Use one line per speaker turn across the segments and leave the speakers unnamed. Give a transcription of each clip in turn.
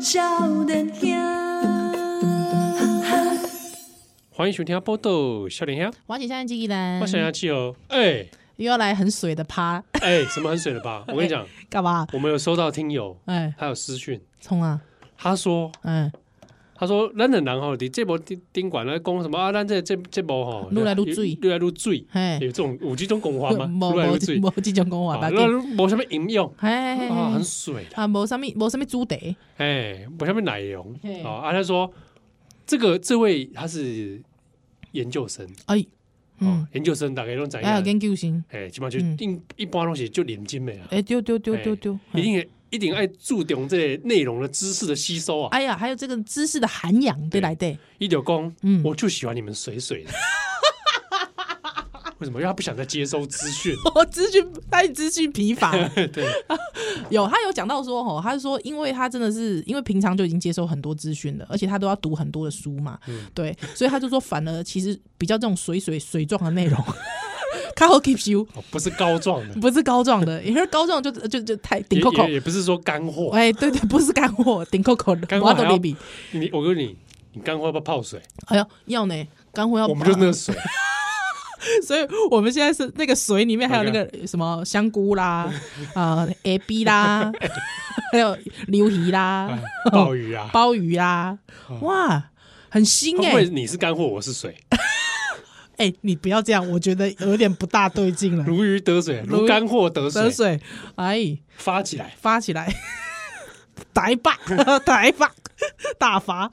少年兄，
欢迎收听报道笑脸香，
我是现在记忆人，
我想下去哦。哎
又要来很水的趴，
哎，什么很水了吧？我跟你讲，
干嘛？
我们有收到听友
哎，
还有私讯，
冲啊！
他说
嗯，
他说咱两人吼，你这波宾宾馆来讲什么啊？咱这这这波吼，
越来越水
越来越水，有
嘿，
这种有这种讲话
无
吗？
无
越来
无
越水，
这种讲话
啊
吧，
越来越没什么营养
嘿嘿
啊，很
嘿，
水的，
啊，无啥物无啥物主题，
哎，没什么内容
嘿
啊。啊，他说这个这位他是研究生
哎，
哦
嗯，，
研究生大概都怎
还有
样？
研究生，
哎，起码就
嗯
一一般东西就认真的啊。
哎，丢丢丢丢丢，
一定一定爱注重这个内容的知识的吸收啊！
哎呀，还有这个知识的涵养，对来对，
一柳公，
嗯
我就喜欢你们水水的。 为什么？因为他不想再接收资 讯。
我资讯，他资讯疲乏，
对，
有他有讲到说，吼，他是说，因为他真的是因为平常就已经接受很多资讯了，而且他都要读很多的书嘛，
嗯
对，所以他就说，反而其实比较这种水水水状的内容， 他好 keep you，
哦不是膏状的，
不是膏状的，因为膏状就就就太顶
也
扣扣
也，也不是说干货。
哎，对对，不是干货，顶扣扣的，
干货还
都
要
比比，
你我问你，你干货要不要泡水？
哎呦，要呢，干货要，
我们就是那个， 水，
所以我们现在是那个水里面还有那个什么香菇啦，啊，A B 啦， 还有鱿鱼啦。
鲍鱼 啊。
鲍鱼啦，哇，很新
会
哎、
不嗯会
欸！
你是干货，我是水，
哎、你不要这样，我觉得有点不大对劲了。
如鱼得水，
如
如干货得
得
水，
水，哎，
发起来。
发起来，台霸，台霸，大发。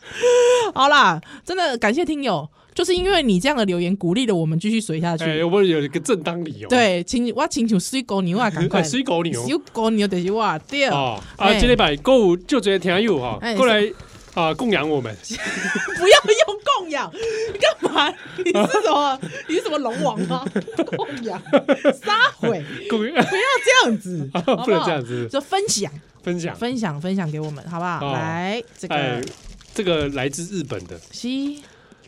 好啦，真的感谢听友，就是因为你这样的留言，鼓励了我们继续水下去。
哎，我有一个正当理由。
对，请我请求水狗牛啊，赶 快
哎，，水狗牛。
水狗牛就是我对，
哦啊，
哎
这礼拜购物就这些听友哈
哎，
过来啊供养我们。
不要用供养，你干嘛？你是什么？你是什么龙王 吗？供养，撒毁。
供 养。，
不要这样子
不能这样子
就分享、
分享。
分享、分享给我们，好不
哦
好？来，这
哎
个，
这个来自日本的，
西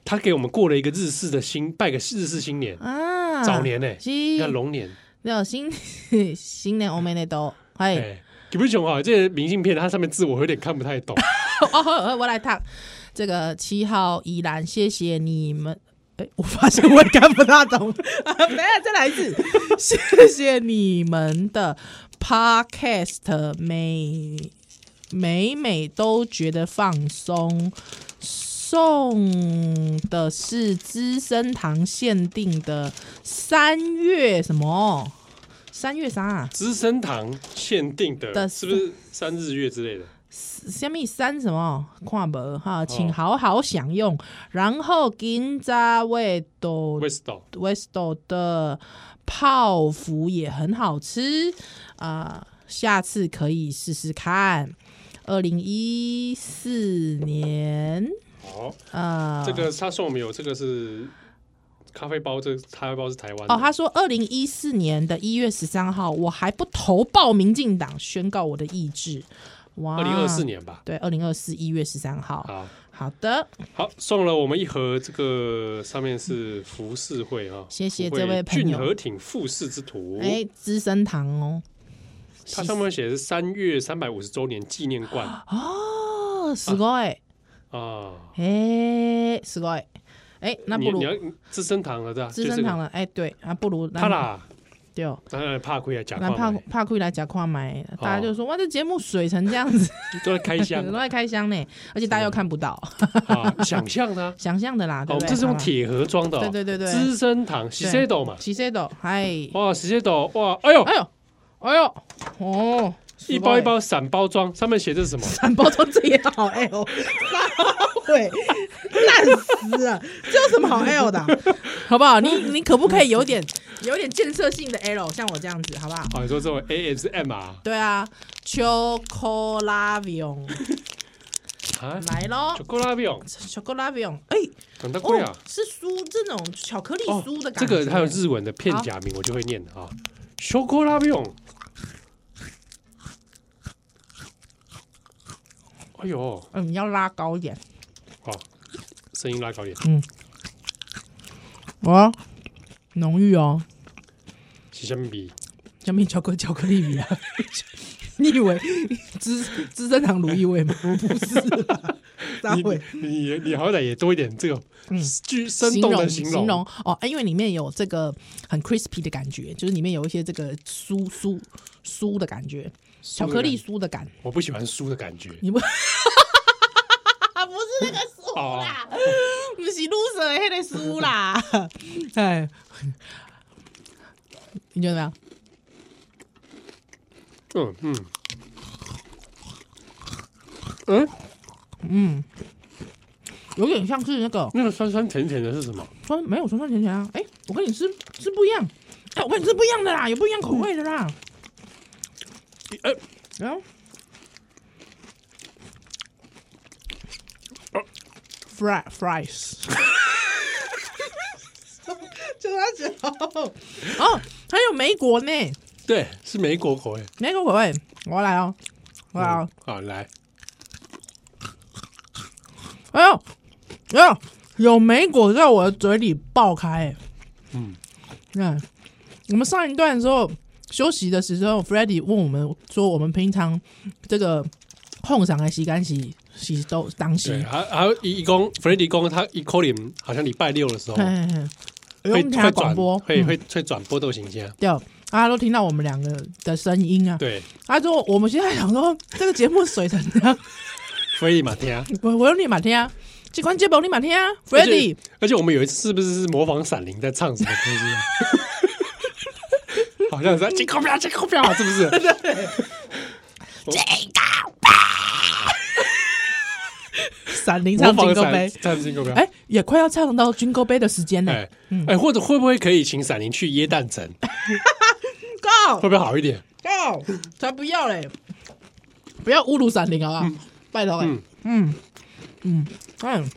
他给我们过了一个日式的新，拜个日式新年，
啊，
早年呢，
西
那龙年，
要新 新年我们那都哎，
哎，吉不熊哈，这明信片它上面字我有点看不太懂，
哦，好我来烫这个七号依然，谢谢你们。哎，我发现我也看不大懂，啊等一下再来一次。谢谢你们的 podcast，每每每都觉得放松。送的是资生堂限定的三月什么？三月啥、啊？
资生堂限定的，
的
是不是三日月之类的？
虾米三什么看无哈，请好好享用。然后今早味都
Westo，
Westo 的泡芙也很好吃啊、下次可以试试看。二零一四年，
好，
呃，
这个他送我们有这个是咖啡包，这个咖啡包是台湾的
哦，他说二零一四年的一月十三号，我还不投报民进党，宣告我的意志。哇，
二零二四，年吧，
对，二零二四一月十三号。
好哦
好的，
好送了我们一盒，这个上面是浮世绘啊，
谢谢
福慧
这位朋友
俊和挺富士之徒，
哎，资生堂哦，
它上面写的是三月三百五十周年纪念罐
啊哦，すごい，
啊，
哎，すごい，哎，那
你
不
你
如
要资生堂了对吧？
资生堂了，哎，对，啊，不如
他啦，
对哦，
当然怕哦亏啊，假
咱
话
怕
嘛，
怕亏来假跨买，大家就说哇，这节目水成这样 子，
都在开 箱
都在开箱呢，而且大家又看不到，
啊，想象的啊，
想象的啦，
好
对
我
不
们
对？
这是用铁盒装的哦，
对对对对
资生堂 s h i 嘛，
起色斗，嗨，
哇 s h i 哇，哎呦，
哎呦，哎呦，哦，
一包一包散包装，上面写的是什么？
散包装这也好 L，对，烂死了，这有什么好 L 的啊、好不好？你你可不可以有点有点建设性的 L，像我这样子，好不好？
啊，你说这种 ASM 啊，
对啊 c h o c o l a v i o n
啊，
来 喽
巧克力饼，
c h o c o l a v i o n 哎、
很大贵
哦
啊，，
是酥这种巧克力
哦
酥的，感
这
觉。
个还有日文的片假名，我就会念的啊，巧克力饼，哎呦。
嗯，你要拉高一点。
好，声音拉高一点。
哇，浓郁哦，
是什么味？
下面巧克巧克力米啊， 你以为资资生堂卢意伟吗？ 不是啊 啦，张伟
你你也你好歹也多一点这个
嗯
具生动的
形
形
容哦，因为里面有这个很 crispy 的感觉，就是里面有一些这个酥酥酥的感觉，巧克力
酥的感
酥的感，
觉，我不喜欢酥的感觉。
你不。啊，不是那个酥
哦
啦，不是 loser 那个酥啦， 哎，你觉得怎么样？
嗯嗯嗯，
有点像是那个
那个酸酸甜甜的是什么？
酸，没有酸酸甜甜啊。哎、我跟你吃吃不一样，哎、我跟你吃不一样的啦，有不一样口味的啦。
哎、
然后
哦
，fry fries，就他酒哦，还有梅果呢，
对，是美国口味。
梅果口味，我来哦，我来哦
嗯，好来，
哎呦，哎呦，有梅果在我的嘴里爆开、哎
嗯，
那我们上一段的时候休息的时候，Freddy 问我们说，我们平常这个碰上来洗干洗洗都当洗
对，，还还有一公 f r e d d y 公他一 c a l i n 好像礼拜六的时 候
嘿嘿嘿
哦会
用
会
他
转
广播，
会
嗯
会会转播豆行家。
对，大家都听到我们两个的声音啊。
对
他说我们现在想说这个节目水成这样，
f r e d d y 马天啊，
我我用立马听啊，这款节目立马听啊
而
，Freddy
且而且我们有一次是不是是模仿闪灵在唱什么东西啊？ 好像是在金口票，金口票，是不 是？
闪灵
模
唱金
仿
歌
闪
杯，
唱金口票。
哎，嗯也快要唱到军歌杯的时间了
哎哎，或者会不会可以请闪灵去耶诞城？
，Go
会不会好一点？
Go，才不要嘞，不要侮辱闪灵好不好？拜托哎，
嗯
嗯嗯嗯，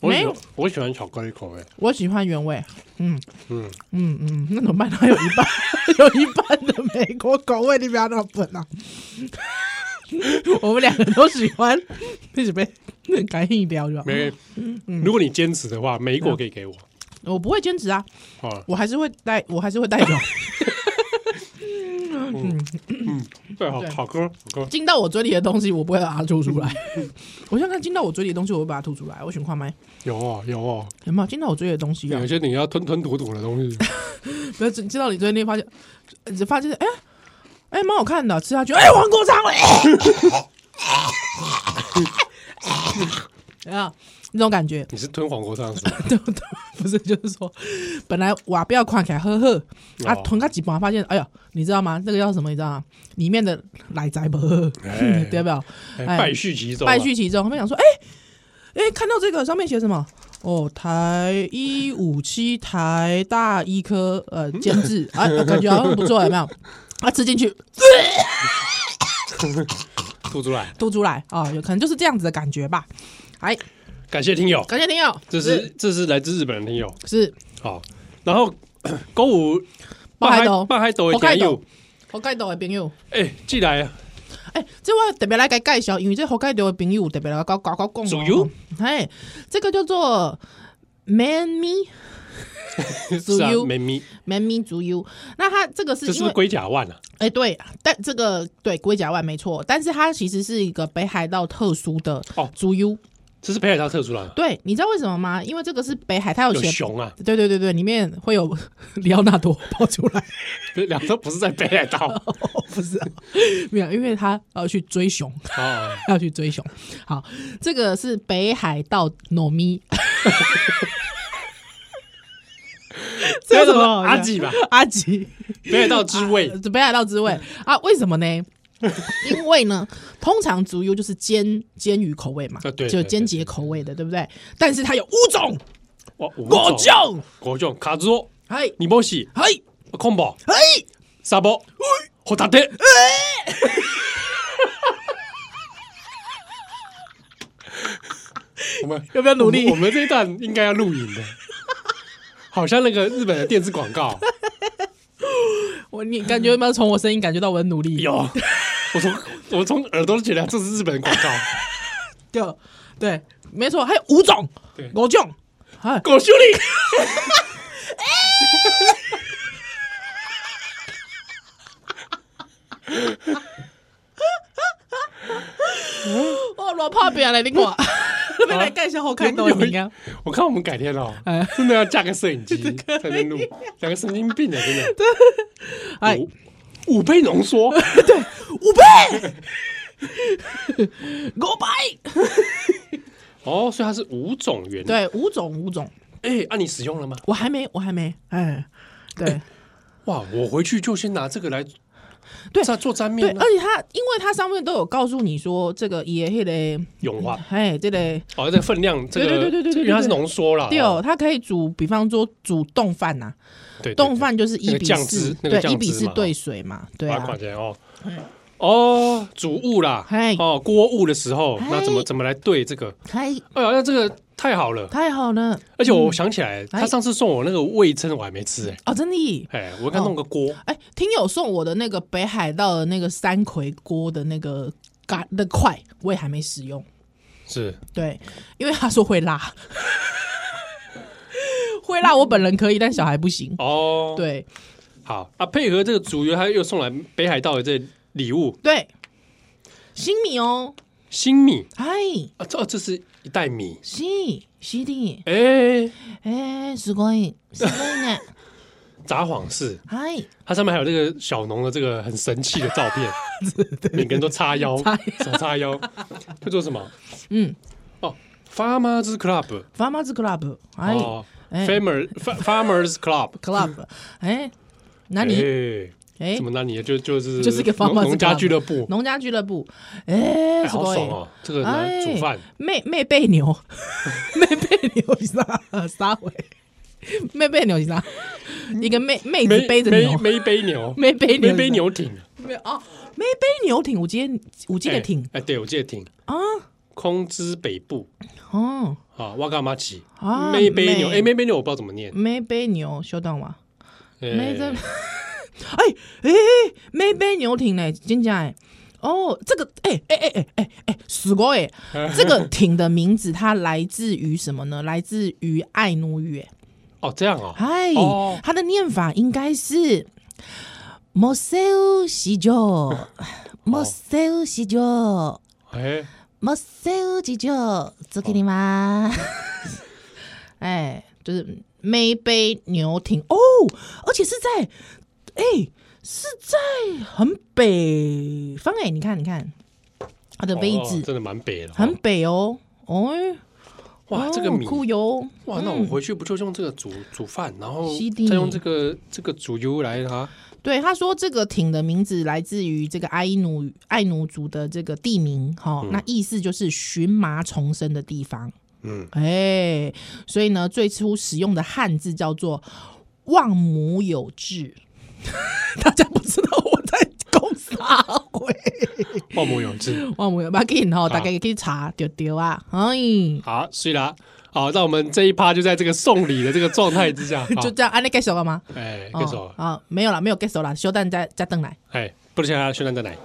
我
没
喜
有
欢，我喜欢巧克力口哎味。
我喜欢原味，嗯
嗯，
嗯嗯，那怎么办？它有一半 有一半的美国口味，你不要那么笨啊！ 我们两个都喜欢，为什么感应聊就好？
没，
嗯
如果你坚持的话，梅果可以给我
我不会坚持啊，
啊。
嗯我还是会带，我还是会带 走，
对，好
对
好喝，好喝。
进到我嘴里的东西，我不会把它吐出来。我想看进到我嘴里的东西，我会把它吐出来。我喜欢麦，
有哦，有哦，
有没有进到我嘴里的东西啊
有？些你要吞吞吐吐的东西。
不要进进到你嘴里，发现，你发现，哎、哎，蛮、好看的，吃下去，哎、 黄国昌嘞，啊，那种感觉，
你是吞黄国昌是吗？
对对，不是，就是说，本来瓦不要看起来呵呵，啊，
哦
吞个几把，发现，哎呀，你知道吗？那个叫什么？你知道吗？里面的奶仔不呵呵，
哎
对不对？
哎
哎
败絮其中啊，
败絮其中。他们想说，哎、哎、看到这个上面写什么？哦，台一五七台大医科呃
嗯
监制，啊，感觉好像不错，有没有？啊，吃进去
吐出来。
吐出来啊、有可能就是这样子的感觉吧。哎，
感谢听友，
感谢听友，
这是这是来自日本的听友。
是
好，然后 歌舞
北海道
北海道的听友，
北海道的朋友。
哎，寄来啊，
哎、这我特别来给介绍，因为这北海道的朋友特别来搞搞搞讲哦。
自由
哎，这个叫做 Man Me
是啊
自，由
美咪，
Man Me 足 U。那它这个是
这是
因
不
为
是龟甲万啊？
哎、对，但这个对龟甲万没错，但是它其实是一个北海道特殊的
哦
竹优。
这是北海道特殊啦，
对，你知道为什么吗？因为这个是北海，它有
有
写。
熊啊，
对对对对，里面会有 里奥纳多跑出来，
两个都不是在北海 道。
不是、啊，没有，因为他要去追熊，
哦，
要去追熊。好，这个是北海道糯米， 这有什么好笑
阿纪吧，
阿吉
北海道之味
呃北海道滋味啊？为什么呢？ 因为呢，通常竹优就是煎煎鱼口味嘛，
啊对
就
对
煎
对
节口味的，对不对？但是它有五种，
哇，五
果
种
酱，
果酱卡住，
嘿，
你莫洗
嘿，
空宝
嘿，
沙包，火大的， 我们
要不要努
我
力
们我？们这一段应该要录影的，好像那个日本的电视广告
我你感觉有没有从我声音感觉到我很努力？
有，我从我从耳朵都觉得这是日本的广 告，
对对，没错，还有五种
对，
五种，哎，
狗修理。
哦我乱拍别来你看， 你来盖一下好看抖音啊！
我看我们改天哦
哎，
真的要架个摄影机才能 录，两个神经病啊，真的。
哎
啊五，五倍浓缩，
五 倍，五百，
哦，所以它是五种原料。
对，五种五种，
哎，啊，你使用了吗？
我还没，我还没，哎，对
哇，我回去就先拿这个来，
对
做做沾
对，呃
面啊
而，且它因为它上面都有告诉你说这个也迄个，
永华
哎，这个
哦，这个分量，这个
对对对对对
这个因为它是浓缩啦，
对
哦，
它可以煮，比方说煮冻饭呐，
对，对
冻饭就是一比
那个酱
四
汁，那
对
个，酱
一
汁
比四
嘛
兑水嘛，对
把它
啊
款，起来哦。哦，煮物啦
嗨，
哦，锅物的时候，那怎么
嗨
怎么来对这个？
太
哎呀，那这个太好了！
太好了，
而且我想起来，
嗯哎
他上次送我那个味噌，我还没吃哎、
哦，真的。
哎，我应该弄个锅，
哎，听友送我的那个北海道的那个山葵锅的那个干的块，我也还没使用。
是
对，因为他说会辣， 会辣，我本人可以，但小孩不行。
哦，，
对
好啊，配合这个组员，他又送来北海道的这礼物
对，新米哦，哎
新米
嗨，
啊，这这是一袋米，
是是的，
哎、
哎，すごいすご いね，
札幌市，
嗨，
它上面还有这个小农的这个很神气的照 片，每个人都叉腰，
叉
手叉腰，会做什么？
嗯
哦，Farmers Club，
，Farmers Club，哎
哦
哎
，Farmer Fa- Farmers Club，
，Club，哎，那你
哎，
哎
怎，么那你就就是
就是一个
农
Farmers
农家
Club
俱乐部，
农家俱乐部，哎，
哎
す
好
ご
爽
い。
哦！这个拿来煮饭，
哎妹妹背 牛，妹背牛是啥啥回？妹背牛是啥？一个妹妹子
没
背着
没
牛，
没背牛，
妹背牛
嗯没
是啥，
背牛艇，
没有哦，妹背牛挺，我记得我记得挺
哎，哎对我记得挺
啊
空之北部
哦
啊，瓦嘎马奇
啊，
没背牛，哎，没背牛我不知道怎么念，
妹背牛，稍等啊嘛，
哎
妹这， 哎哎妹背牛挺嘞，真假哎。哦，这个哎哎哎哎哎哎，死过哎！这个艇的名字它来自于什么呢？来自于爱奴语哎。
哦这样哦，
嗨
哦，
它的念法应该是莫塞乌西久，莫塞乌西久，
哎，
莫塞乌西久，做给你
哦
吗？哎，就是梅杯牛艇哦，而且是在哎是在很北方哎，你看你看它的位
哦
置
真的蛮北的哦，
很北哦，哦哎
哇，
哦
这个米
酷嗯油
哇，那我回去不就用这个煮煮饭，然后
是的
再用这个这个煮油来它
对，他说这个艇的名字来自于这个爱奴语爱奴族的这个地名，哈、那意思就是荨麻重生的地方。
嗯，
哎，所以呢，最初使用的汉字叫做“望母有志”， 大家不知道我在讲啥鬼？
万母有之。
望母有把劲哈，大家也可以查丢丢啊，哎，
好，所以啦，好，那我们这一趴就在这个送礼的这个状态之 下，好
就这样，安利 get 手了吗？
哎，跟手
哦，啊，没有啦，没有 get 手啦，修蛋再再等来。
哎，不能想他宣传再来。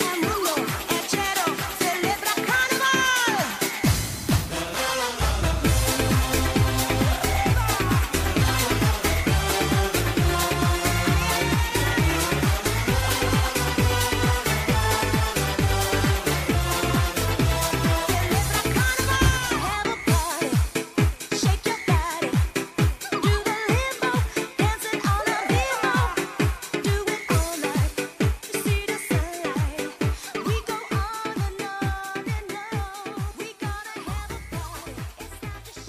El mundo hechero celebra carnaval. Celebra carnaval. Have a party, shake your body, do a limbo, dancing on the beat, do it all night. See the sunlight. We go on and on and on. We gotta have a party.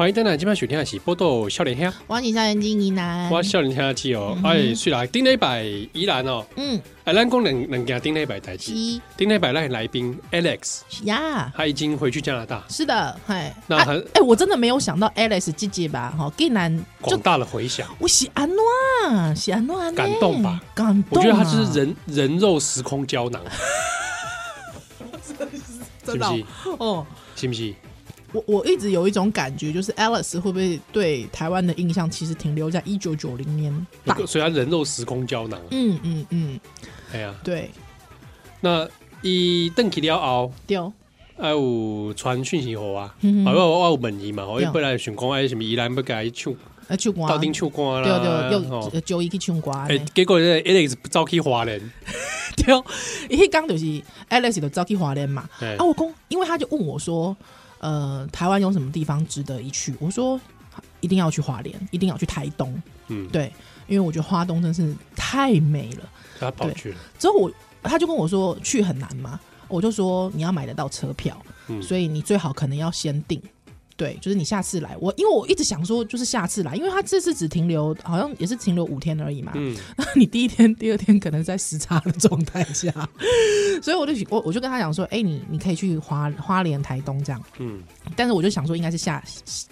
It's time to shake your body.
欢迎登来今晚雪天下起波豆笑脸虾，
欢迎笑人精疑难，
我笑脸虾起哦。哎，虽然顶礼拜依然哦，
嗯，
哎，咱讲两两件顶礼拜代志，
七
顶礼拜那来宾 Alex
呀。
他已经回去加拿大，
是的，嗨，
那
啊哎、
还
我真的没有想到 Alice 姐姐吧，哈，竟然就
广大的回响，
我喜安诺，啊喜安诺，
感动吧？
感
我
动、啊，
觉得他就是人人肉时空胶囊，
真的哦
是
哦。
信不信？
我我一直有一种感觉，就是 Alice 会不会对台湾的印象其实停留在一九九零年代？
所以他人肉时空胶囊啊，
嗯嗯嗯，
哎呀，
对，
那伊邓启了后，
丢，
啊有传讯息互我，啊
嗯
我我有问伊嘛，吼，伊
对
本来想讲哎什么伊兰要甲伊唱，
啊，唱歌，
斗阵唱歌
对
啦，
对，
吼
又呃招伊去唱歌呢。
哦 哎，结果这 Alex 走去华人，
对， 伊迄讲就是 Alex 就走去华联嘛。
哎
啊，我公，因为他就问我说，呃，台湾有什么地方值得一去？我说一定要去华联，一定要去台东。
嗯，
对，因为我觉得花东真是太美了。
他跑去了，
之后我他就跟我说去很难嘛，我就说你要买得到车票，
嗯
所以你最好可能要先订。对，就是你下次来，我因为我一直想说，就是下次来，因为他这次只停留，好像也是停留五天而已嘛。
嗯，
你第一天、第二天可能在时差的状态下， 所以我就我我就跟他讲说，哎、你你可以去花花莲、台东这样，
嗯，
但是我就想说应该是下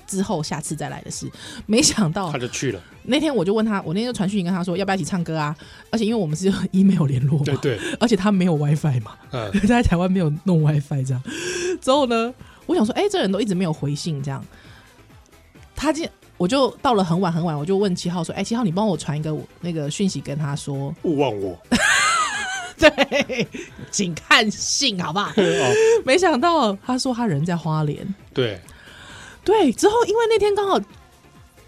之后下次再来的事，没想到
他就去了，
那天我就问他，我那天就传讯息跟他说要不要一起唱歌啊，而且因为我们是 email 联络嘛，
对对，
而且他没有 WiFi 嘛，
嗯，
他在台湾没有弄 WiFi 这样，之后呢，我想说，哎、这人都一直没有回信这样，他今我就到了很晚很晚，我就问七号说：“哎、七号，你帮我传一个我那个讯息跟他说，
勿忘我，
对，请看信好不好？
哦，
没想到他说他人在花莲，
对，
对，之后因为那天刚好，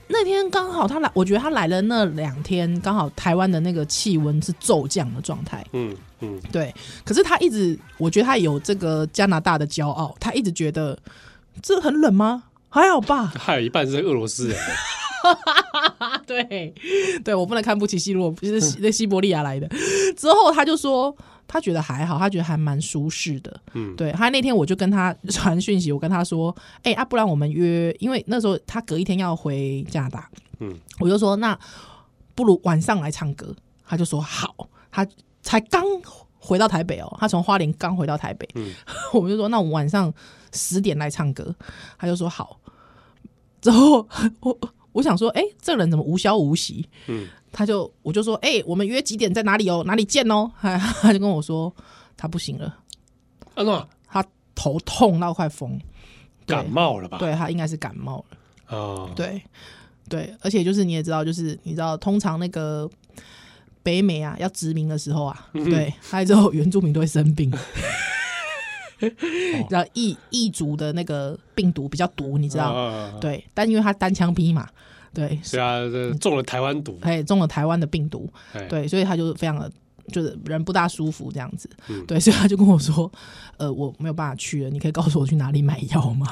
那天刚好他来，我觉得他来了那两天，刚好台湾的那个气温是骤降的状态，
嗯嗯，，
对。可是他一直，我觉得他有这个加拿大的骄傲，他一直觉得这很冷吗？还好吧
还有一半是俄罗斯人，
啊对，对我不能看不起西罗， 就是西那西伯利亚来的。之后他就说，他觉得还好，他觉得还蛮舒适的。
嗯，
对他那天我就跟他 传讯息，我跟他说，哎、啊，不然我们约，因为那时候他隔一天要回加拿大，
嗯，
我就说那不如晚上来唱歌，他就说好，他才刚回到台北哦，他从花莲刚回到台北，
嗯
我们就说那我们晚上十点来唱歌，他就说好，之后我我想说，哎、这人怎么无消无息？
嗯，
他就我就说，哎、我们约几点在哪里哦，哪里见哦，他 他就跟我说他不行了。
啊那
他头痛到快疯，对
感冒了吧？，
对他应该是感冒了，
哦，
对对，而且就是你也知道，就是你知道，通常那个北美啊要殖民的时候啊，
嗯
对，还有之后原住民都会生 病。 然后异异族的那个病毒比较毒，你知道？
啊，
对，但因为他单枪匹马，对，
对啊，这中了台湾毒，
哎，中了台湾的病毒，
哎，
对，所以他就非常的就是人不大舒服这样子，
嗯
对， 所以他就跟我说，呃，我没有办法去了，你可以告诉我去哪里买药吗？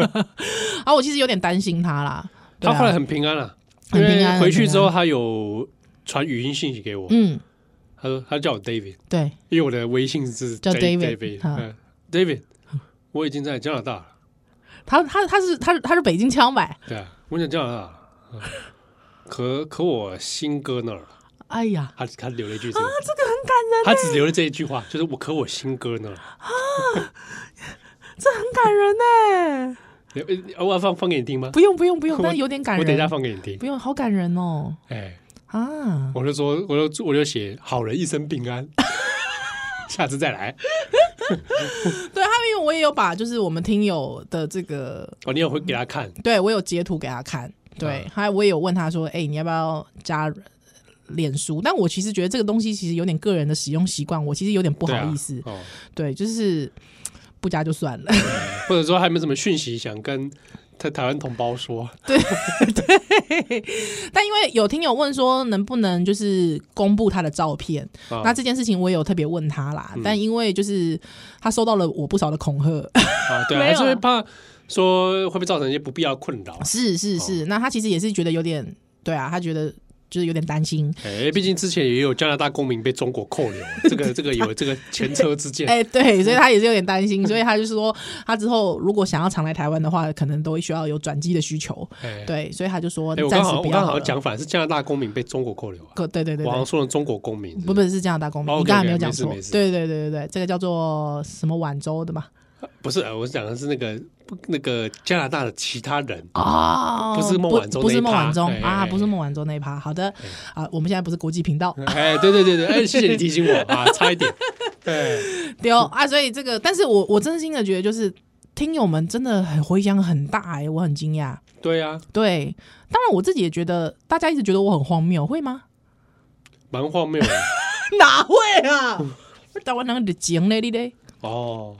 啊，我其实有点担心他啦，对
他
啊、
后来很平安了，因
很平安
为回去之后
很
他有传语音信息给我，
嗯，
他说他叫我 David，
对，
因为我的微信是
叫 David，
David，
啊
嗯 David，我已经在加拿大了，
他他他是他是他是北京腔吧？
对啊，我在加拿大了，嗯可可我新哥那儿了。
哎呀，
他他留了一句这个，啊，这个很感人。他只留了这一句话，就是我可我新歌呢，
这很感人呢、
呃呃我要放放给你听吗？
不用不用不用，
我
但有点感
我等一下
人，
放给你听。
不用，好感人哦
哎，
啊！
我就说，我就我就写好人一生平安， 下次再来。
对，他因为我也有把就是我们听友的这个
哦，你有会给他看，
对我有截图给他看，对
嗯，
还、有我也有问他说，哎、你要不要加脸书？但我其实觉得这个东西其实有点个人的使用习惯，我其实有点不
对
好
啊
意思，
哦，
对，就是不加就算了，
或者说还有没有什么讯息想跟台台湾同胞说？
但因为有听友问说能不能就是公布他的照片，
啊
那这件事情我也有特别问他啦，
嗯
但因为就是他收到了我不少的恐吓，
啊，对啊，
没有
还是会怕说会不会造成一些不必要困扰？
是是是，
哦
那他其实也是觉得有点，对啊，他觉得就是有点担心，
哎，毕竟之前也有加拿大公民被中国扣留，这个这个有这个前车之鉴。
哎、对，所以他也是有点担心，所以他就是说，他之后如果想要常来台湾的话，可能都需要有转机的需求。
哎，
对，所以他就说
哎，我
暂
刚
时
好
不
我
要
刚
好
好
了。
讲反是加拿大公民被中国扣留啊，
可对对对
我好像
对，
说了中国公民，
不不是加拿大公民，
哦
你
OK，OK，
刚才没有讲
没事
错。
没事
对对对对对，这个叫做什么晚州的嘛？
不是，呃我讲的是那个那个加拿大的其他人，
哦，
不是孟晚舟
不不
那
是
一
孟
趴
晚舟
哎
啊，
哎
不是孟晚舟那一趴。好的啊，我们现在不是国际频道，
哎，对对对对， 哎，谢谢你提醒我啊，差一点，对，
对哦啊，所以这个，但是我我真心的觉得就是。听友们真的很回响很大哎、我很惊讶。
对啊，
对，当然我自己也觉得，大家一直觉得我很荒谬，会吗？
蛮荒 谬的
哪会啊？我台湾人就精嘞，你嘞？
哦，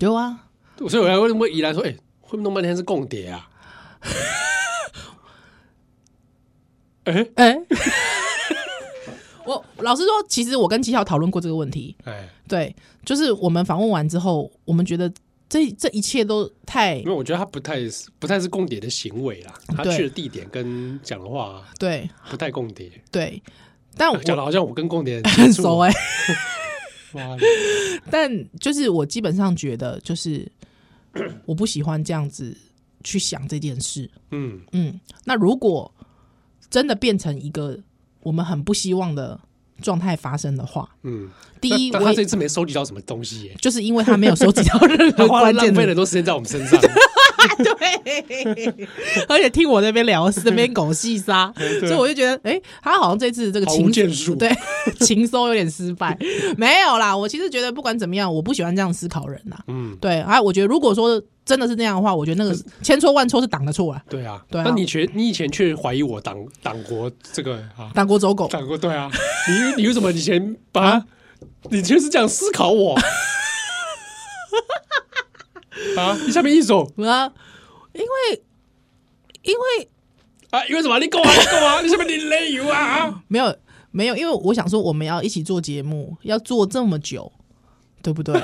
有 啊，
所以我才会问宜兰说，哎、会不会弄半天是共谍啊？哎、
哎、 我老实说，其实我跟七号讨论过这个问题，
哎，
对，就是我们访问完之后，我们觉得这这一切都太
因为我觉得他不太是不太是共谍的行为啦，他
对
去的地点跟讲的话啊
对
不太共谍，
对，但我
讲的好像我跟共谍
很熟
哎、
哎、
哇
但就是我基本上觉得，就是我不喜欢这样子去想这件事。
嗯，
嗯，那如果真的变成一个我们很不希望的状态发生的话，
嗯，
第一，
但但
我
他
也
这次没收集到什么东西耶、
就是因为他没有收集到任
他
何
花了
关
浪
键
费了
的
很，多时间在我们身上，
对，而且听我那边聊是那边狗 戏杀，所以我就觉得，哎、他好像这次这个
啊毫无
情
建树
对 情搜有点失败，没有啦。我其实觉得不管怎么样，我不喜欢这样思考人呐。
嗯，
对，啊，我觉得如果说真的是那样的话，我觉得那个千错万错是党的错啦，
对啊，
对啊
那你觉你以前却怀疑我党党国这个啊，
党国走狗。
党国对啊，你你为什么以前把你就是这样思考 我啊？你下面一手
啊，因为因为
啊，你为什么你跟我你跟我， 你下面你累油啊？
没有没有，因为我想说我们要一起做节目，要做这么久，对不对？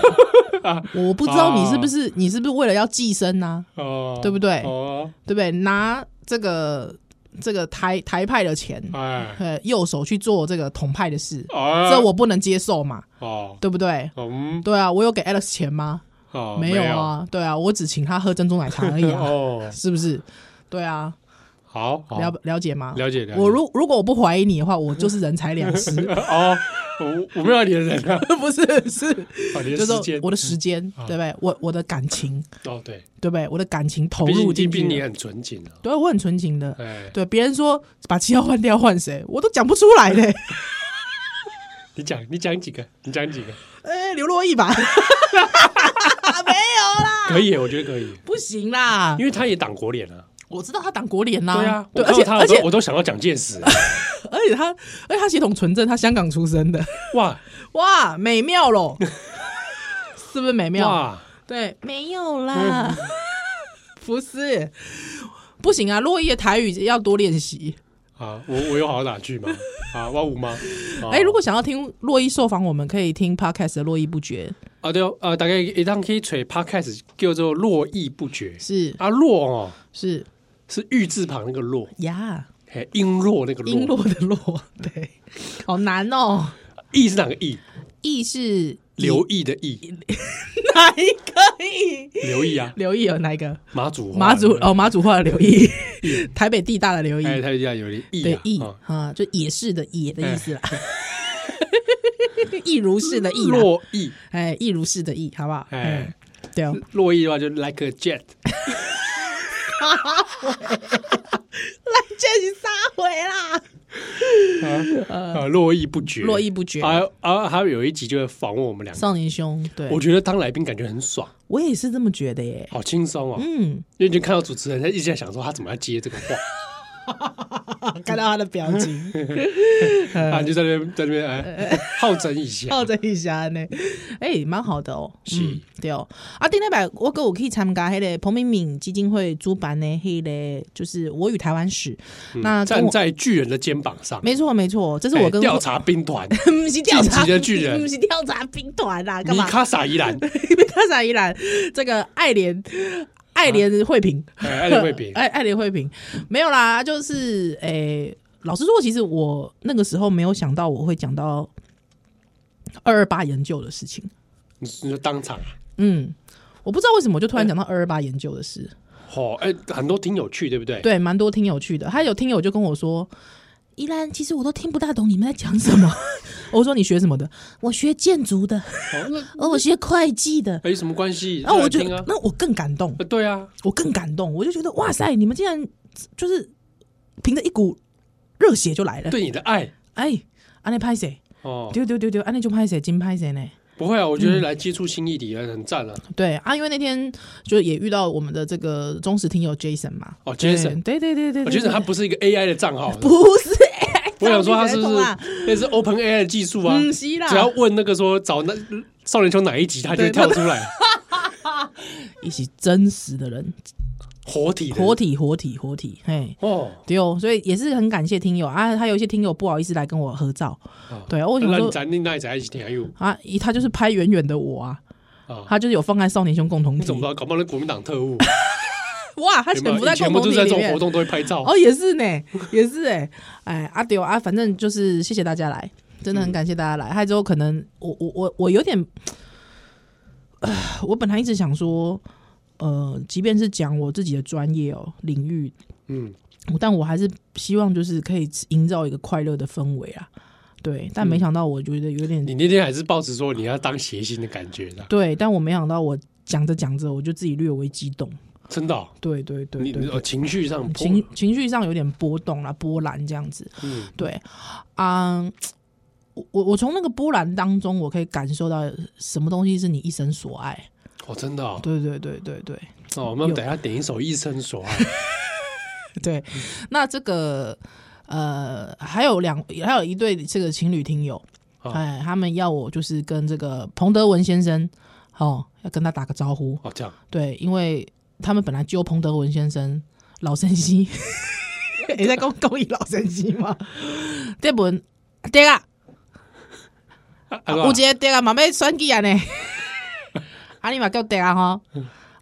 我不知道你是不
啊
是、你是不是为了要寄生呢、
哦，
对不对
哦，
对不对？拿这个这个台台派的钱，
哎，
呃，右手去做这个统派的事，
啊
这我不能接受嘛，
哦，
对不对？
嗯，
对啊，我有给 Alex 钱吗？
哦，
没有，啊，对啊，我只请他喝珍珠奶茶而已 啊，
哦，
是不是？对啊，
好，好
了了解吗？
了解了解，
我如如果我不怀疑你的话，我就是人财两 失，
哦，我我没有要你的人 啊，
不是是，
哦你的
就是
时
说
间，
我的时间，
啊
对不对？我我的感情，
哦对，
对不对？我的感情投
毕
入
竟
进
毕竟你
去了，
很纯情啊，
对，我很纯情的，
哎，
对别人说把七号换掉换谁，我都讲不出来嘞。
你讲你讲几个，你讲几个，
哎，刘若意吧， 没有啦，
可以耶，我觉得可以，
不行啦
因，为他也党国脸啊，
我知道他党国脸啦，
对啊，我
对，
看
而
到
且
他
而
我都
且
我都想到蒋介石啊，
而且他而且他血统纯正，他香港出生的，
哇
哇，美妙 喽，是不是美妙？
哇，嗯
对，没有啦， 不是，不行啊！落叶台语要多练习。
啊，我我有好到哪去吗？啊，哇五吗？啊
哎、如果想要听洛伊受访，我们可以听 podcast 的《络绎不绝
啊对哦，呃，大概一趟可以吹 podcast 叫做络绎不绝》，
是
啊，络哦
是
是玉字旁那个络，
呀，
嘿，璎珞那个
璎
珞，
珞的珞， 对，好难哦。
意是哪个意？
意是
刘毅的毅，
哪一个意？
刘毅啊，
刘毅有哪一个？
马祖
马祖哦，马祖话的刘毅， 台北地大的刘毅，
哎，他家有点意
对
啊，哎
毅
啊
啊，就野是的野的意思啦，
哎
亦如是的亦啦，
络绎，
哎，亦如是的亦，好不好？
哎
哎，，对哦，
络绎的话就 like a jet，
来这是撒回啦，
啊，络绎不绝，
呃络绎不绝。
啊啊，还有一集就会访问我们两个，
少年兄，对
我觉得当来宾感觉很爽，
我也是这么觉得耶。
好轻松哦，
嗯，
因为你就看到主持人他一直在想说他怎么要接这个话，
看到他的表情，
啊，你就在那边在那边哎，好整一下，
抱着一下呢，哎，蛮好的哦。
是
嗯，对哦。啊，顶礼拜我跟我可以参加迄个彭敏敏基金会主办的迄个，就是《我与台湾史》。那跟
站
我
在巨人的肩膀上，
没错没错，这
嗯
是
哎
我跟
调查兵团
不是调查
晋级的巨人
不是调查兵团啦，干
尼
嘛？
卡萨伊兰，
卡萨伊兰这个爱莲爱莲惠平，
哎，艾伦惠平，
爱爱莲惠平没有啦，就是诶、老实说，其实我那个时候没有想到我会讲到二二八研究的事情。
你你说当场啊。
嗯，我不知道为什么我就突然讲到二二八研究的事，
哦，哎、很多听友去，对不对？
对，蛮多听友去的。还有听友就跟我说。依然，其实我都听不大懂你们在讲什么。 我说你学什么的？我学建筑的，
哦，那
哦，我学会计 的。
没什么关系。
然后我
就
就
来听啊，
那我更感动，
呃对啊，
我更感动，我就觉得哇塞，你们竟然就是凭着一股热血就来了。
对你的爱
哎，安内拍谁？
哦，
丢丢丢丢，安内就拍谁，金拍谁呢？
不会啊，我觉得来接触新议题啊，很赞啊。
对啊，因为那天就也遇到我们的这个忠实听友 Jason 嘛。
哦
对
，Jason，
对对对对
我
对
觉得他
对
不是一个 AI 的账号，
不是，哎
我想说他是不是
张立学通啊
那是 Open AI 的技术啊？
嗯，是啦，
只要问那个说找那少年球哪一集，他就会
对他
跳出来。
伊是真实的人，
活体的
活体活体活体，嘿。
哦，
对哦，所以也是很感谢听友啊，他有一些听友不好意思来跟我合照，
哦
对啊，我想
那
说
你咱另外在一起听有
啊，一他就是拍远远的我啊，
啊？
他就是有放在少年兄共同
你怎么
体
知，道？搞不好那国民党特务，
哇，他
有
潜
没有
伏在
以前
共
不
同
就
体
是在这
里
种
面
活，动都会拍照？
哦，也是呢，也是哎，哎，啊对哦啊，反正就是谢谢大家来，真的
嗯
很感谢大家来。还之后可能我我我我有点，呃我本来一直想说，呃，即便是讲我自己的专业哦领域，
嗯，
我但我还是希望就是可以营造一个快乐的氛围啊。对，但
嗯
没想到我觉得有点、
你那天还是抱持说你要当谐星的感觉的，
对，但我没想到我讲着讲着我就自己略微激动。
真的哦，
对对对
你
对
你哦
对，
情绪上波
情情绪上有点波动啦，波澜这样子。
嗯
对，啊、我我我从那个波澜当中，我可以感受到什么东西是你一生所爱。
哦，真的哦，
对对对对对
哦，我们
有
等一下点一首《一生所爱》
对，那这个呃，还有两还有一对这个情侣听友，
哦
哎，他们要我就是跟这个彭德文先生，哦，要跟他打个招呼。
哦，这样
对，因为他们本来就彭德文先生老生 西，你在公公益老生西吗？德文， 对啊。
啊
啊
啊
有一个店啊，嘛要选举啊 呢，啊你嘛叫店啊吼，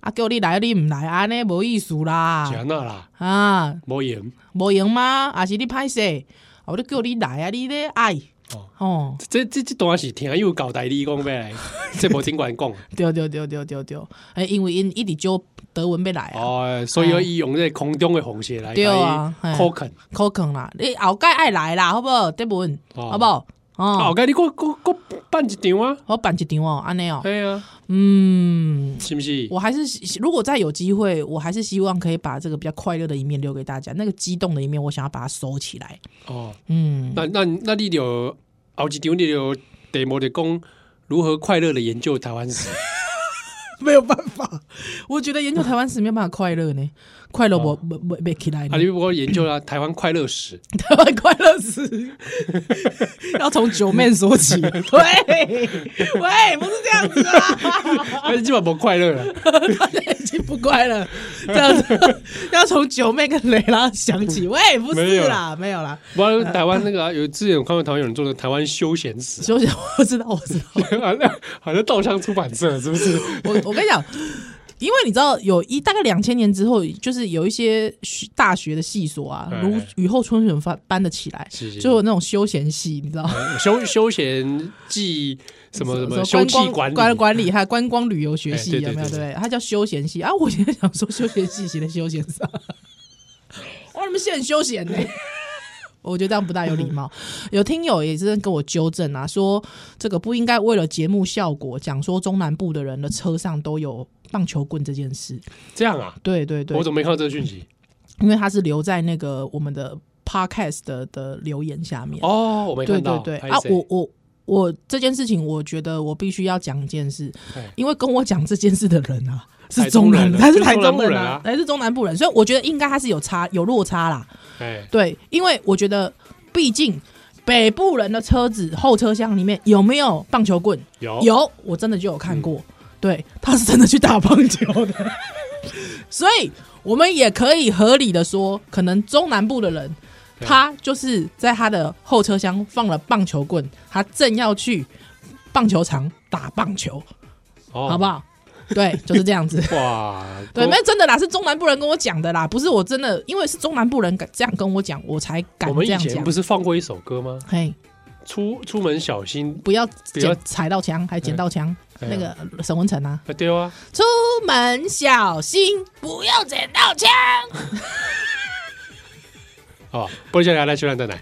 啊叫你来你毋来，安尼无意思啦，
安娜啦，
啊
莫言
无用吗？啊是你歹势，啊我都叫你来啊，你咧爱
哦，
哦，
这这这段是听又搞代理讲呗，这无听管讲，
对对对对对对，哎因为因一直叫德文要来啊，
哦，所以要伊用这空中的红线来
对啊嘿
口啃，
口肯啦，你后盖爱来啦，好不好？德文，
哦
好不好？
啊，后
哦，
盖你我我我办一场啊，
我办一场哦，安尼哦，
哎呀，
嗯。
是不是？
我还是希如果再有机会，我还是希望可以把这个比较快乐的一面留给大家，那个激动的一面，我想要把它收起来。
哦，
嗯，
那那那你就后一场你就题目就讲如何快乐的研究台湾 史，
没有办法，我觉得研究台湾史没有办法快乐呢，快乐我没没没起来呢
啊，，你如果研究了台湾快乐史，
台湾快乐史 要从九妹说 起，喂喂，不是这样子啊，
但是基本上不快乐啊了。
大家已经不快乐，这样子 要从九妹跟蕾拉想起，喂，不
没有
是啦，没有啦，
不然台湾那个啊有之前我看过台湾有人做的台湾休闲 史
休息，我知道，我知道。
啊，好像好像稻香出版社是不是？
我我跟你讲，因为你知道，有一大概两千年之后，就是有一些学大学的系所啊，
哎
如雨后春笋般般的起来，
是是
就有那种休闲系，你知道。
休休闲记什么什么休
观
憩管
光
理
管管理还有观光旅游学系
哎对
有
对
没有？
对
对不对，它叫休闲系啊。我现在想说休闲系写的休闲啥？哇，你们现在很休闲呢、我觉得这样不大有礼貌。有听友也是跟我纠正啊，说这个不应该为了节目效果讲说中南部的人的车上都有棒球棍这件事。
这样啊？
对对对
我，怎么没看到这个讯息？
因为他是留在那个我们的 podcast 的的留言下面。
哦，我没
对
看
对
到。
对
拍
啊，
谁
我我我这件事情，我觉得我必须要讲一件事
哎，
因为跟我讲这件事的人啊是
台中人
南，
啊
他是
就
台
中
中
南部
人
人
啊
啊，
还是中南部人，所以我觉得应该他是有差有落差啦。
哎
对，因为我觉得毕竟北部人的车子后车厢里面有没有棒球棍？
有
有，我真的就有看
嗯
过，对，他是真的去打棒球的， 所以我们也可以合理的说，可能中南部的人，
对
他就是在他的后车厢放了棒球棍，他正要去棒球场打棒球，
哦
好不？好？对，就是这样 子。
哇，
对，
我
那真的啦，是中南部人跟我讲的啦，不是我真的，因为是中南部人敢这样跟我讲，我才敢
我们
这
以
样
前
讲
不。是放过一首歌吗？
嘿，
出出门小心，
不要
不要
捡踩到枪，还捡到枪，
哎
那个沈文成啊，
啊对啊，
出门小心，不要捡到枪。
哦，波接下来来去烂蛋奶，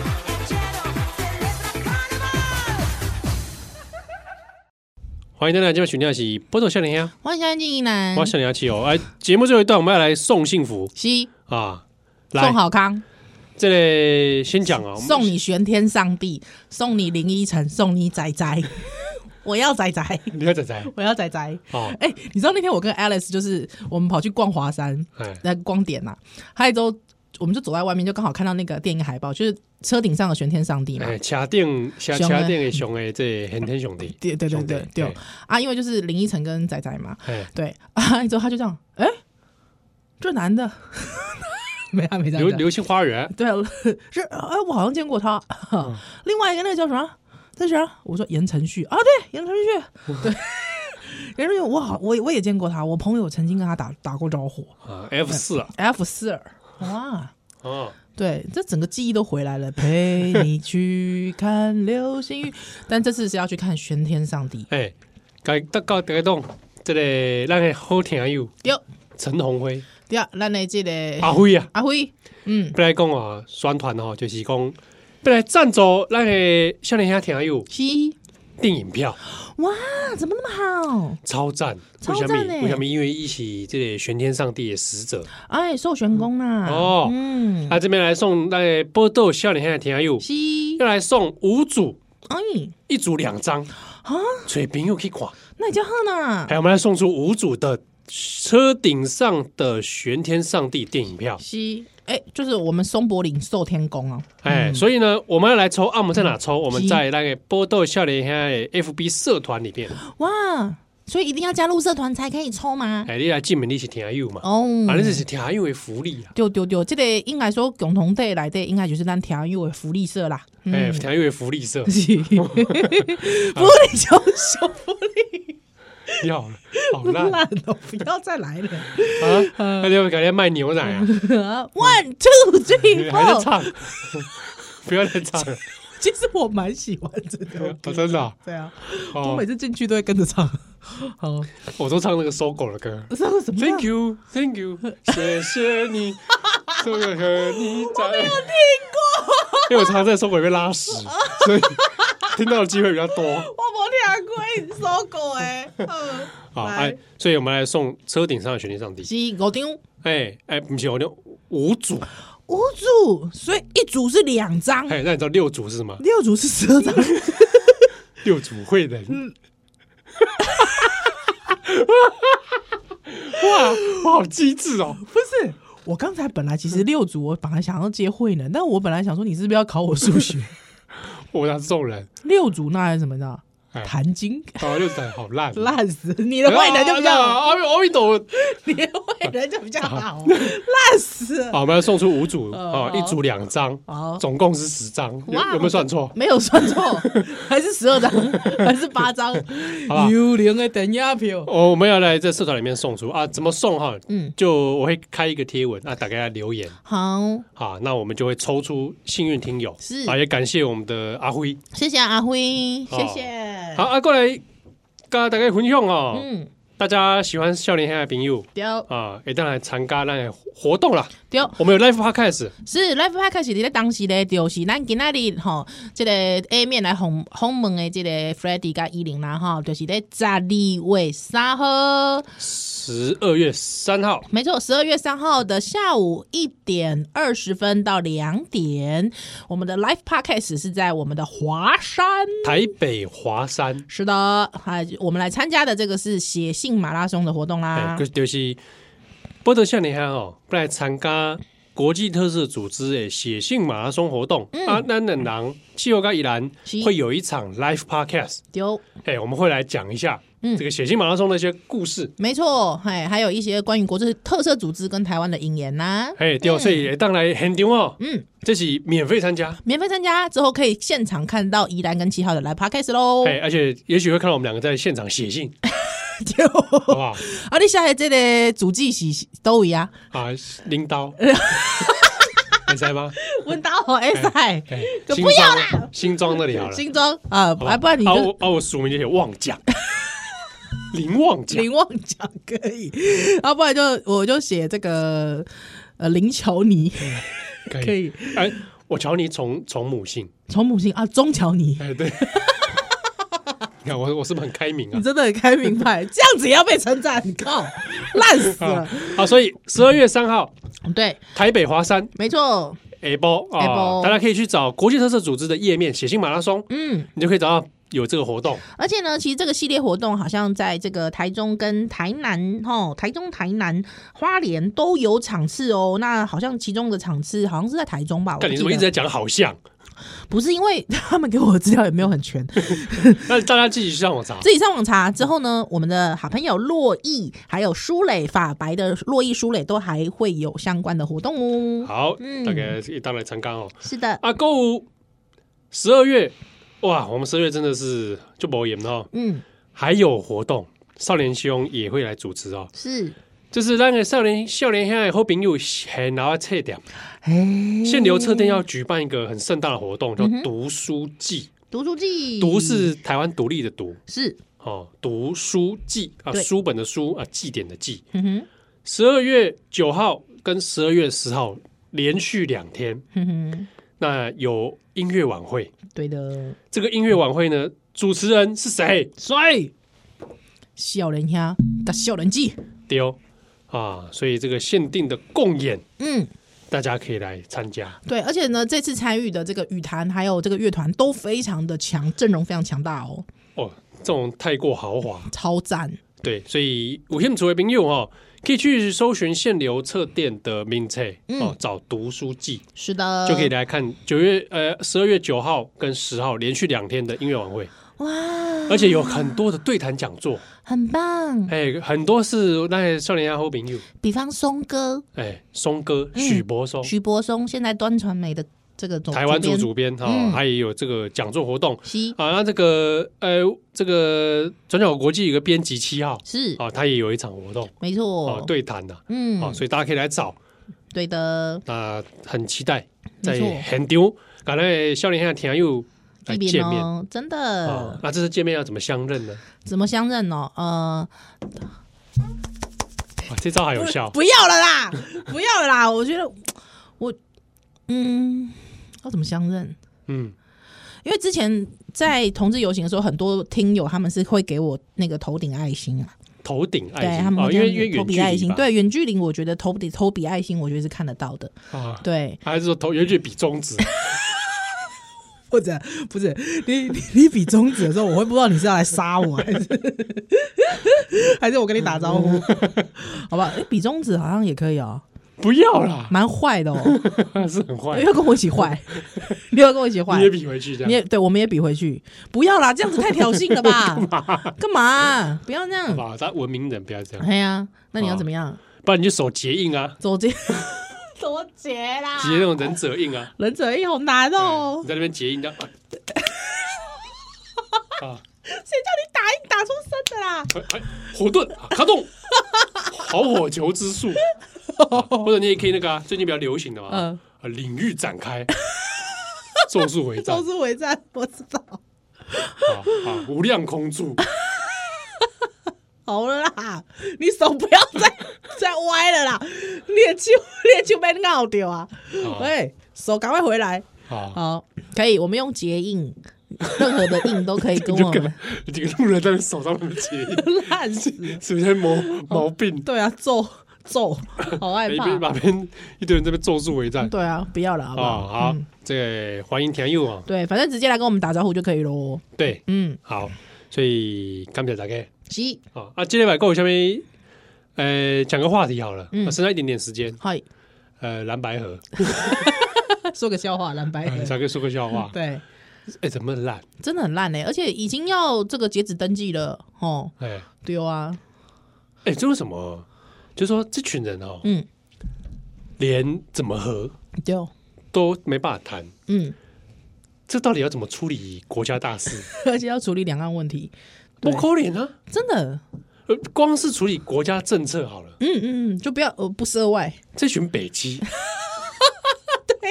Tropical
欢迎相信一男
我，少年七哦。哎，节目最后一段我们要来送幸福
西
啊，来
宋，好康，
这里先讲啊，我们
送你玄天上帝，送你林依晨，送你仔仔， 我要仔仔，
你要仔仔
我要仔仔。
哦，
哎、你知道那天我跟 Alice 就是我们跑去逛华山，
哎，
那个光点呐、啊还有都我们就走在外面，就刚好看到那个电影海报，就是车顶上的玄天上帝嘛。
哎，卡定卡
熊的啊
卡定的熊的这很天兄弟，
对对对
兄弟
对对，啊，因为就是林依晨跟仔仔嘛，
哎，
对啊，之后他就这样，哎、这男的 没啊他没 这
流
样讲，
流星花园，
对啊，是哎、我好像见过他。 另外一个那个叫什么？那是啊，我说言承旭啊，对，言承旭， 对，言承旭，我好，我我也见过他，我朋友曾经跟他打打过招呼
啊，F 四啊，
，F 四尔， 哇。
哦，
对，这整个记忆都回来了。陪你去看流星雨， 但这次是要去看玄天上帝。
哎，该大告大家懂，这里咱的好听友
第二，
陈鸿辉
第二，啊咱的这个
阿辉啊，
阿辉，嗯，
本来讲哦，宣传哦，就是讲本来赞助咱的少年兄听友
西，
电影票。
哇，怎么那么
超赞，
超
为什
赞
么
欸
为什么？因为一起这里玄天上帝的使者，
好？哎，授权工啦，
哦
嗯，
啊，这边来送那个波豆笑脸现在听友，
西，
要来送五组，
哎，
一组两张啊，所以朋友可以看。
那你叫贺呢？
还有我们来送出五组的车顶上的玄天上帝电影票，
西，哎，就是我们松柏岭寿天宫哦，
哎，所以呢，我们要来抽，啊，我们在哪抽？我们
是
在那个波豆笑脸现在 FB 社团里面，
哦哇，所以一定要加入社团才可以抽吗？
哎，你来进门你是听友嘛，
哦，
啊，那是听友的福利啊，
对对对，这个应该说共同体来的应该就是咱调育的福利社啦，嗯
哎，听友的福利 社，
是 福利小小福
你好了，好
利
烂
烂哦，不要再 来了。
啊，那就改天卖牛奶 啊，
One two
你
three
还在
four，
唱，不要再唱 了，
其实我蛮喜欢这个
哦，真的啊，
对啊，我
哦
每，次进去都会跟着唱。 好，
我都唱那个搜狗的歌
这个什么啊？
，Thank you，Thank you，谢谢你，这个和你在，我没有听过， 因为我常常在搜狗里面拉 屎，所以听到的机会比较 多
我没听啊过，搜狗 哎，嗯，
好，
来
哎，所以我们来送车顶上的玄天上帝，
是五张
哎哎，不行，我就五 组，
五组，所以一组是两张，
哎，那你知道六组是什么？
六组是十二张。
六组会 人。哇，我好机智哦！
不是，我刚才本来其实六组，我本来想要接慧能，但我本来想说你是不是要考我数 学？
我拿这种人，
六组那还是什么呢？
哎
谭晶
啊，六仔好 烂，啊
烂死你的慧能就比较好，
阿弥阿弥陀佛。
你的慧能就比较啊好，烂死
好，我们要送出五组 啊，
哦
一组两张
好，
总共是十张，有
哇
有没有算错？
没有算 错，还是十二张，还是八张
吧？
幽灵的等压票，
哦，我们要来在社团里面送出啊，怎么送哈？
嗯，
就我会开一个贴文，啊那大家来留言
好，
啊，那我们就会抽出幸运听友，
是
啊，也感谢我们的阿辉，
谢谢阿辉，
好
谢谢
好，啊，过来跟大家分享哦，
哎嗯，
大家喜欢少年兄的朋友
丢
啊，会当然参加咱的活动啦。
丢。
我们有 live podcast，
是 Live Hack 是伫咧当时咧，就是咱今仔日吼，即、个 A 面来访访问的即个 Freddy 甲伊玲啦吼，就是咧十二月三号，
十二月三号，
没错，十二月三号的下午一点二十分到两点，我们的 Live Podcast 是在我们的华山。
台北华山，
是的，还我们来参加的这个是写信马拉松的活动
哎
啦，
就，就是波特少年兄哦，不来参加国际特色组织的写信马拉松活动，啊，咱的人气候跟依然
嗯是
会有一场 live podcast，
丢，
哎，我们会来讲一下
嗯
这个写信马拉松的一些故事。
没错，嘿，还有一些关于国际特色组织跟台湾的引言啦、
哎，对，所以当然很丢哦，
嗯，
这是免费参加，
免费参加之后，可以现场看到宜兰跟七号的来 podcast 喽。
哎，而且也许会看到我们两个在现场写信，
对
好 不好？
啊，你下来这个主旨是都一啊，
啊，拎 刀，你猜吗？
文达好 S 哎，
哎，
就
新
不要
装新装那里好了，
新装啊，
好
啊，不然你
啊，
就
我啊，我署名就写旺奖，林旺奖，
林旺讲可以，啊，不然就我就写这个呃林乔尼可。以，
哎，我瞧你从从母姓，
从母姓啊，钟乔尼
哎，对，你看我我是不是很开明啊
你？真的很开明白，这样子也要被称赞，靠，烂死
啊
了。，
好，所以十二月三号
对，
台北华山
没错，
A 包啊，
Able
大家可以去找国际特色组织的页面“写信马拉松
嗯，”，
你就可以找到有这个活动。
而且呢，其实这个系列活动好像在这个台中跟台南，吼，台中、台南、花莲都有场次哦。那好像其中的场次好像是在台中吧？我不
看你
记
怎么一
得
直在讲好像，
不是因为 他们给我的资料也没有很全，
那大家自己去上网查。
自己上网查之后呢，我们的好朋友洛毅还有舒磊法白的洛毅、舒磊都还会有相关的活动哦。
好，
嗯
大概当然参考哦。
是的，
啊，购物十二月，哇，我们十二月真的是就保演哦，
嗯，
还有活动，少年兄也会来主持哦。
是，
就是那个少年少年现在后朋友很拿册店，
哎，
限流册店要举办一个很盛大的活动，叫读书季。
读书记，
读是台湾独立的读
是，
哦，读书季啊，
对
书本的书啊，祭典的祭。
嗯哼，
十二月九号跟十二月十号连续两天，
嗯哼哼，
那有音乐晚会。
对的，
这个音乐晚会呢，主持人是谁？
帅，笑人虾，打笑人记，
丢啊！所以这个限定的共演，
嗯。
大家可以来参加。
对，而且呢，这次参与的这个语坛还有这个乐团都非常的强，阵容非常强大哦，
哦，这种太过豪华，
超赞。
对，所以有兴趣的朋友哦，可以去搜寻限流册店的名册哦
嗯，呃
找读书记。
是的，
就可以来看九月呃十二月九号跟十号连续两天的音乐晚会，
哇，
而且有很多的对谈讲座，
很棒。
哎，很多是那些少年家好朋友，
比方松哥
哎，松哥许博松，
徐柏松，现在端传媒的这个嗯总
哦台湾
编
组主编哈，
嗯
他也有这个讲座活动
西
啊。那这个呃这个转角国际有个编辑七号
是
啊，他也有一场活动
没
啊
错，，，
对谈的啊，
哦嗯，
所以大家可以来找，
对的，
那很期待在
没错
很丢，赶来少年家听友来
这
见
边
面。
哦，真
啊
的，，
那这次见面要怎么相认呢？
怎么相认哦？呃，
哇，哦这招还有效，
不要了啦， 不要了啦，我觉得我，嗯，要怎么相认？
嗯，
因为之前在同志游行的时候，很多听友他们是会给我那个头顶爱心啊，
头顶爱
对
心
他们
哦，
会
因
这
为
样
因
子
为远
投
距
比爱
离
心，
吧，
对远距离，我觉得投比投比爱心，我觉得是看得到的，
啊，
对。
还是说头远距比中指，
或者不是你你你比中指的时候，我会不知道你是要来杀我还是还是我跟你打招 呼，好吧？诶比中指好像也可以哦，
不要啦，
蛮坏的哦，
是很坏
你，要跟我一起坏， 你要跟我一起坏
你也，比回去这
你
样
也对，我们也比回去，不要啦，这样子太挑衅 了吧？干嘛？不要这样，
啊，咱文明人不要这样，
哎呀，那
啊
你要怎么样？
不然你就手结印啊，
走结多结啦，
结那种忍者印啊，哎
忍者印好难哦
你，在那边结 印的，啊啊，
谁叫你打印打出声的啦？
哎哎火遁啊卡动， 好火球之术，啊或者你也可以那个啊，最近比较流行的嘛，
嗯
啊领域展开， 咒术回战
都，是伪战，我知道。
啊啊，无量空柱，
好了啦，你手不要再 再歪了啦，练球练球被闹掉啊！
啊
喂，手赶快回来。
啊，
好，可以，我们用 结印，任何的印都可以跟
你就
我
跟
们
这个路人在手上那么结印，
烂死。
是不是毛毛病？
对啊，揍揍，好害
一
怕
边。马边一堆人在那边咒术回战
对啊，不要了，好
啊，
不好？
好，这个欢迎田佑啊，
对，反正直接来跟我们打招呼就可以喽。
对，
嗯，
好，所以感谢大家
是，
啊啊，今天晚购下面。呃，讲个话题好了，
嗯
啊剩下一点点时间。
嗨，
呃，蓝白河，
说个笑话，蓝白
呃
合。
想跟说个笑话。
哎对，
哎，怎么烂？
真的很烂欸嘞，而且已经要这个截止登记了哦。
哎
对啊，
哎，这为什么？就说这群人哦，
嗯，
连怎么和
对，
都没办法谈，
嗯，
这到底要怎么处理国家大事？
而且要处理两岸问题，
不
对
可怜啊！
真的，
呃，光是处理国家政策好了，
嗯嗯，就不要呃不涉外，
这群北基，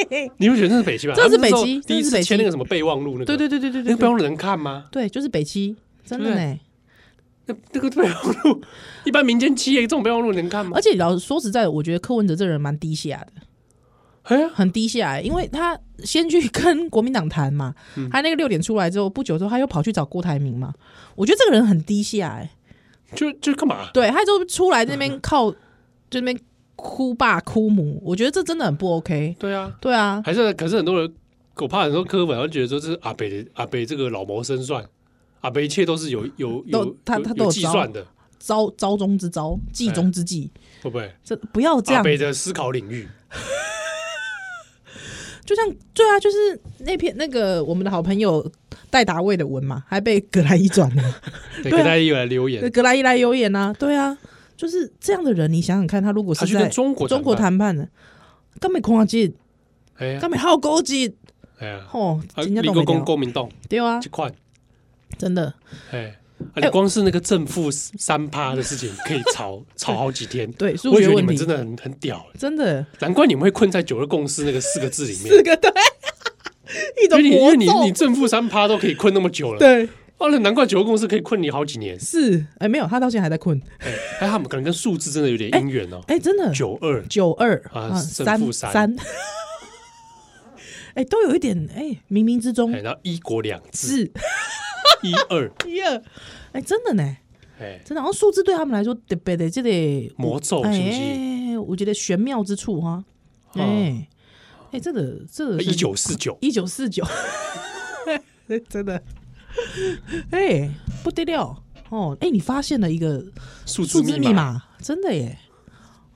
对，你会觉得这是北基吧？
这是北基
他们那时候第一
这是北
次
基
签那个什么备忘录，那个
对对对对对
那
对
个备
对，
忘录能看吗？
对，就是北七，真的
对
呢。
那那个备忘录， 一般民间企业这种备忘录能看吗
而？且老实说实在的，我觉得柯文哲这人蛮低下的，
哎呀，
很低下欸来，因为他先去 跟国民党谈嘛，他那个六点出来之后不久之后，他又跑去找郭台铭嘛。我觉得这个人很低下来，
就就干嘛？
对，他就出来那边靠，就那边哭爸哭母，我觉得这真的很不 OK。
对啊，
对啊，
还是可是很多人，我怕很多科粉，他觉得说这是阿北的阿北这个老谋深算，阿北一切都是有有
都
有
他
有
他都有
计
招
算的，
招招中之招，计中之计，
会不会？
这不要这
阿
样。
北的思考领域，
就像对啊，就是那篇那个我们的好朋友戴达卫的文嘛，还被葛莱伊转了。
对，
对啊
给大家一来留
对，
言，
格莱伊来有演啊，对啊，就是这样的人，你想想看，他如果
他
是
去
在
跟中国
中国
谈判，
谈判的，根本夸进，
哎呀
根本好勾结，
哎呀，
吼，
啊，
人家
你
都
个
没
公
聊，
公民党
对啊
去，看，
真的，
哎。啊、你光是那个正负三趴的事情，可以 吵吵好几天。
对数
我
学
觉得你
问
们
题，
真的很很屌，欸
真的
难怪你们会困在九二共识那个四个字里面。
四个对， 一
因
种
为你因
魔
为你你
咒，
正负三趴都可以困那么久了，
对，
哦，那难怪九个公司可以困你好几年。
是，哎，没有，他到现在还在困，
哎，哎，他们可能跟数字真的有点姻缘哦。
哎，真的，
九二，
九二
啊正
三
负三
三，哎，都有一点，哎，冥冥之中
哎，然后一国两制，
是
一二，
一二，哎，真的呢。
哎，
真的，然后数字对他们来说特别的这个
魔咒是不是？
哎，我觉得玄妙之处哈，
哦
哎哎，这个这个
一九四九，
一九四九， 真的，哎不得了哦，哎，你发现了一个
数字
数字
密
密
码，
码，真的耶，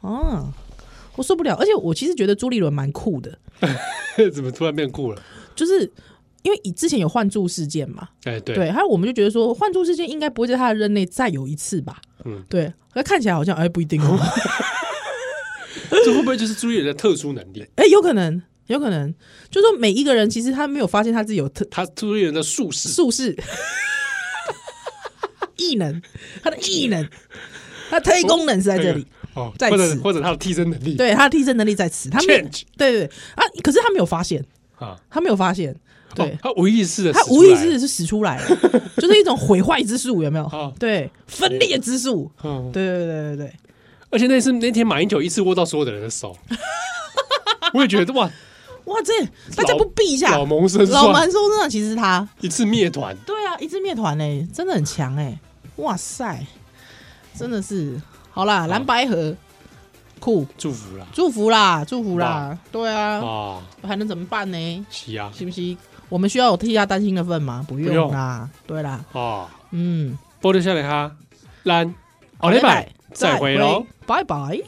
哦，我受不了，而且我其实觉得朱立伦蛮酷的，
怎么突然变酷了？
就是。因为以之前有换柱事件嘛，
哎，对，
对，还有我们就觉得说换柱事件应该不会在他的任内再有一次吧，
嗯
对，那看起来好像哎不一定哦，
这会不会就是朱立伦的特殊能力？
哎、有可能，有可能，就说每一个人其实他没有发现他自己有特
他朱立伦的术士，
术士、异能，他的异能，他特异功能是在这里，
哦，
在
或者
此
或者他的替身能力，
对他的替身能力在此，他没有
Change
对对对啊，可是他没有发现，
啊，
他没有发现，对。
哦他无意识的，
他无意识地，是使出来的，就是一种毁坏之术，有没有？
哦
对，分裂之术，
嗯，
对对对对对，
而且那次那天马英九一次握到所有的人的 手，我也觉得哇，
哇，这大家不避一下，
老谋深
老蛮
算，
说真的，其实他
一次灭团。
对啊，一支灭团嘞，真的很强哎、哇塞，真的是好啦，蓝白河酷，
祝福 啦
祝福啦，祝福啦，对啊，
啊，
还能怎么办呢？
是啊，
是不是？我们需要有替他担心的份吗？不
不用
用啦，对啦，
啊，
嗯，
波多笑脸哈，咱，奥利拜，再会喽。，
拜拜。